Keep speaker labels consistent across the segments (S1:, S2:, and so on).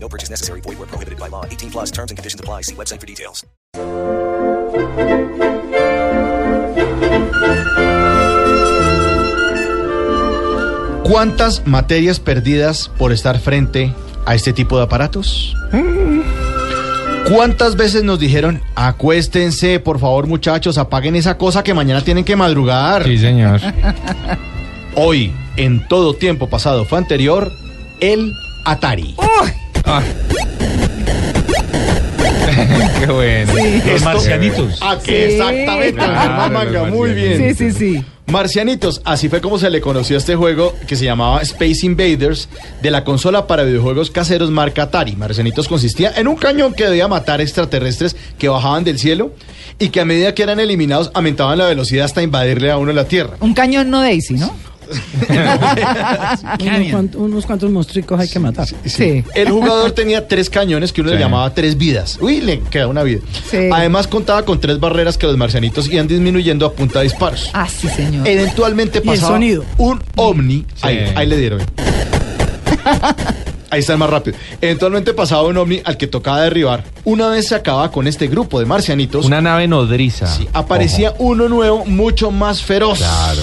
S1: No purchase necessary. Void where prohibited by law. 18 plus terms and conditions apply. See website for details.
S2: ¿Cuántas materias perdidas por estar frente a este tipo de aparatos? ¿Cuántas veces nos dijeron, acuéstense, por favor muchachos, apaguen esa cosa que mañana tienen que madrugar?
S3: Sí, señor.
S2: Hoy, en todo tiempo pasado fue anterior, el Atari.
S3: Qué bueno. Los marcianitos.
S2: Ah, que exactamente,
S3: Claro,
S2: manga,
S3: los
S2: muy bien.
S3: marcianitos.
S4: Sí, sí, sí.
S2: Marcianitos, así fue como se le conoció a este juego que se llamaba Space Invaders de la consola para videojuegos caseros marca Atari. Marcianitos consistía en un cañón que debía matar extraterrestres que bajaban del cielo y que a medida que eran eliminados aumentaban la velocidad hasta invadirle a uno la Tierra.
S4: Un cañón no Daisy, ¿no?
S5: Unos, cuant- unos cuantos monstruos hay que matar.
S4: Sí.
S2: El jugador tenía tres cañones que uno le llamaba tres vidas. Uy, le queda una vida.
S4: Sí.
S2: Además contaba con tres barreras que los marcianitos iban disminuyendo a punta de disparos.
S4: Ah, sí, señor.
S5: Eh,
S2: Eventualmente
S5: Y el
S2: pasaba
S5: sonido.
S2: un ovni. Ahí, ahí le dieron. Ahí está el más rápido. Eventualmente pasaba un ovni al que tocaba derribar. Una vez se acababa con este grupo de marcianitos,
S3: Una nave nodriza.
S2: sí, aparecía uno nuevo mucho más feroz.
S3: Claro.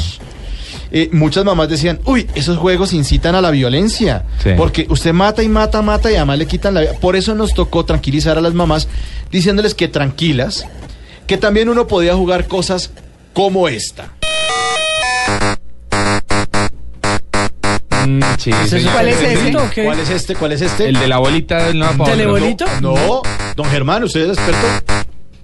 S2: Eh, muchas mamás decían, uy, esos juegos incitan a la violencia.
S3: Sí.
S2: Porque usted mata y mata, mata y además le quitan la vida. Por eso nos tocó tranquilizar a las mamás diciéndoles que tranquilas, que también uno podía jugar cosas como esta.
S3: Mm, sí, señor.
S4: ¿Cuál es ese?
S5: ¿Bolito o qué?
S2: ¿Cuál es este? ¿Cuál es este?
S3: El de la bolita del nuevo
S5: ¿Telebolito?
S2: No, don Germán, usted es experto.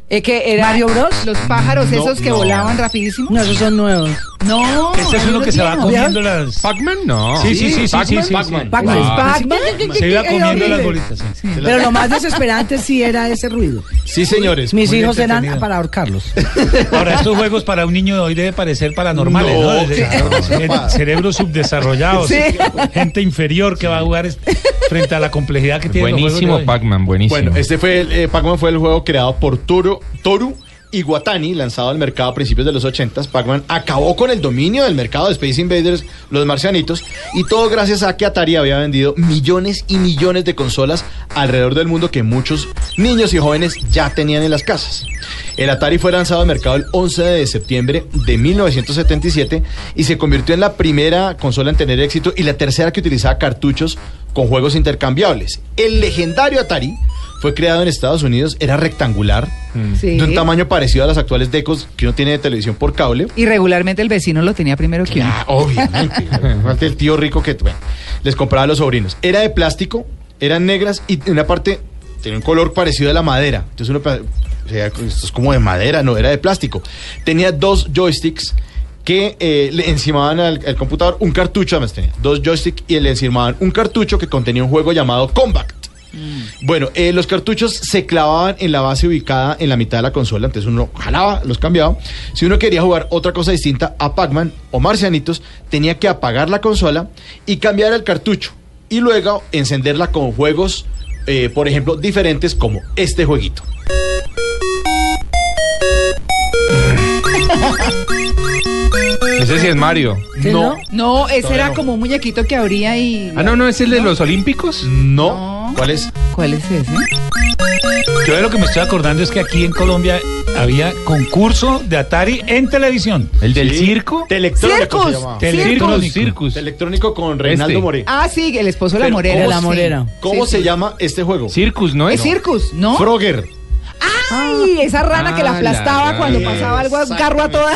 S4: Es que era Mario Bros. Los pájaros
S2: No,
S4: esos que
S2: no.
S4: volaban rapidísimo.
S5: No, esos son nuevos.
S4: No.
S6: Este es uno que se va
S4: Mario
S6: comiendo las.
S3: Pac-Man, no.
S6: Sí, sí, sí, sí, sí,
S3: Pac-Man.
S6: sí, Pac-Man.
S5: Pac-Man.
S4: Bros.
S3: Ah.
S4: Pac-Man.
S6: Se iba comiendo las bolitas. sí.
S5: Pero lo más desesperante sí era ese ruido.
S2: Sí, señores.
S5: Mis hijos eran
S6: entretenido.
S5: para ahorcarlos.
S6: Ahora, estos juegos para un niño de hoy debe parecer paranormales,
S2: No,
S6: ¿no?
S2: claro,
S6: Cere- Cerebros subdesarrollados. Gente inferior que va a jugar es- frente a la complejidad que tiene
S3: Buenísimo Pac-Man, buenísimo.
S2: Bueno, este fue el, eh, Pac-Man fue el juego creado por Toru, Toru Iwatani, lanzado al mercado a principios de los 80. Pac-Man acabó con el dominio del mercado de Space Invaders, los marcianitos, y todo gracias a que Atari había vendido millones y millones de consolas alrededor del mundo que muchos niños y jóvenes ya tenían en las casas. El Atari fue lanzado al mercado el 11 de septiembre de 1977 y se convirtió en la primera consola en tener éxito y la tercera que utilizaba cartuchos con juegos intercambiables. El legendario Atari fue creado en Estados Unidos, era rectangular,
S4: Sí.
S2: de un tamaño parecido a las actuales decos que uno tiene de televisión por cable.
S4: Y regularmente el vecino lo tenía primero que uno.
S2: Ah, obviamente, falta el tío rico que bueno, les compraba a los sobrinos. Era de plástico, eran negras y en una parte tenía un color parecido a la madera. Entonces uno pe- o sea, esto es como de madera, no, era de plástico. Tenía dos joysticks que eh, le encimaban al, al computador un cartucho, además tenía dos joysticks y le encimaban un cartucho que contenía un juego llamado Combat. Bueno, eh, los cartuchos se clavaban en la base ubicada en la mitad de la consola, entonces uno jalaba, los cambiaba. Si uno quería jugar otra cosa distinta a Pac-Man o Marcianitos, tenía que apagar la consola y cambiar el cartucho y luego encenderla con juegos, eh, por ejemplo, diferentes como este jueguito.
S3: Ese sí es Mario.
S5: ¿Sí, no?
S4: No, ese era como un muñequito que abría y.
S3: Ah, no, no, ese es el de los Olímpicos.
S2: No,
S4: No.
S2: ¿cuál es?
S4: ¿Cuál es ese?
S6: Yo de lo que me estoy acordando es que aquí en Colombia había concurso de Atari en televisión.
S3: El del
S2: Sí.
S3: circo.
S2: Telectrónico se
S4: Circus.
S2: llamaba.
S3: Circus.
S6: Circus.
S3: Circus.
S2: Telectrónico con Reinaldo
S3: Este.
S2: Moré.
S4: Ah, sí, el esposo de la
S2: Pero,
S4: morera.
S2: ¿cómo
S5: la
S4: sí.
S5: morera.
S2: ¿Cómo
S4: sí,
S2: se
S4: sí.
S2: llama este juego?
S3: Circus, ¿no
S4: Es
S3: es?
S4: circus, ¿no?
S2: Frogger.
S4: Ay, esa rana que
S3: Ah,
S4: la
S3: la
S4: aplastaba
S3: rana.
S4: cuando pasaba algo, un carro a toda.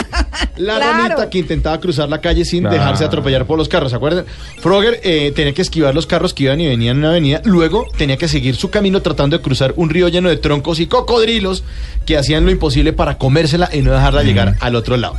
S2: La
S4: Claro.
S2: ranita que intentaba cruzar la calle sin
S3: Claro.
S2: dejarse atropellar por los carros, ¿se acuerdan? Frogger eh, tenía que esquivar los carros que iban y venían en una avenida, luego tenía que seguir su camino tratando de cruzar un río lleno de troncos y cocodrilos que hacían lo imposible para comérsela y no dejarla llegar al otro lado.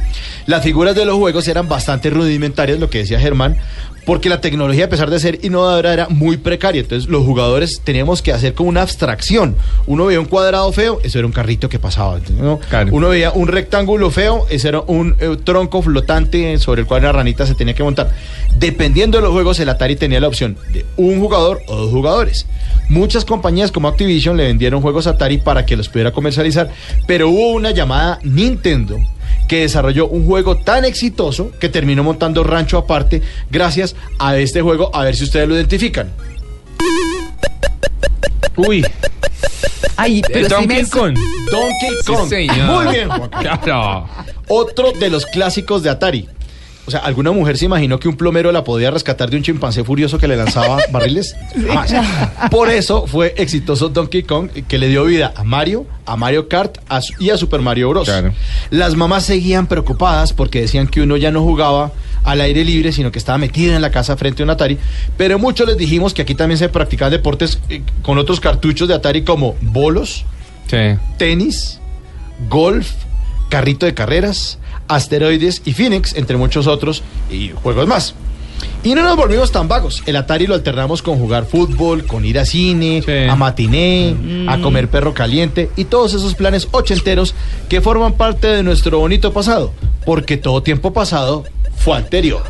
S2: Las figuras de los juegos eran bastante rudimentarias, lo que decía Germán, porque la tecnología, a pesar de ser innovadora, era muy precaria. Entonces, los jugadores teníamos que hacer como una abstracción. Uno veía un cuadrado feo, eso era era un carrito que pasaba. ¿no?
S3: Claro.
S2: Uno veía un rectángulo feo, ese era un eh, tronco flotante sobre el cual la ranita se tenía que montar. Dependiendo de los juegos, el Atari tenía la opción de un jugador o dos jugadores. Muchas compañías como Activision le vendieron juegos a Atari para que los pudiera comercializar, pero hubo una llamada Nintendo que desarrolló un juego tan exitoso que terminó montando rancho aparte gracias a este juego, a ver si ustedes lo identifican.
S3: Uy,
S4: Ay, pero sí me...
S3: Donkey Kong.
S2: Donkey
S3: Sí,
S2: Kong.
S3: señor.
S2: Muy bien, Juan Carlos.
S3: Claro.
S2: Otro de los clásicos de Atari. O sea, ¿alguna mujer se imaginó que un plomero la podía rescatar de un chimpancé furioso que le lanzaba barriles? Jamás. Por eso fue exitoso Donkey Kong, que le dio vida a Mario, a Mario Kart a su- y a Super Mario Bros.
S3: Claro.
S2: Las mamás seguían preocupadas porque decían que uno ya no jugaba al aire libre, sino que estaba metida en la casa frente a un Atari. Pero muchos les dijimos que aquí también se practicaban deportes eh, con otros cartuchos de Atari como bolos,
S3: Sí.
S2: tenis, golf, carrito de carreras, asteroides y Phoenix, entre muchos otros, y juegos más. Y no nos volvimos tan vagos. El Atari lo alternamos con jugar fútbol, con ir a cine,
S3: Sí.
S2: a matiné, a comer perro caliente y todos esos planes ochenteros que forman parte de nuestro bonito pasado, porque todo tiempo pasado fue anterior.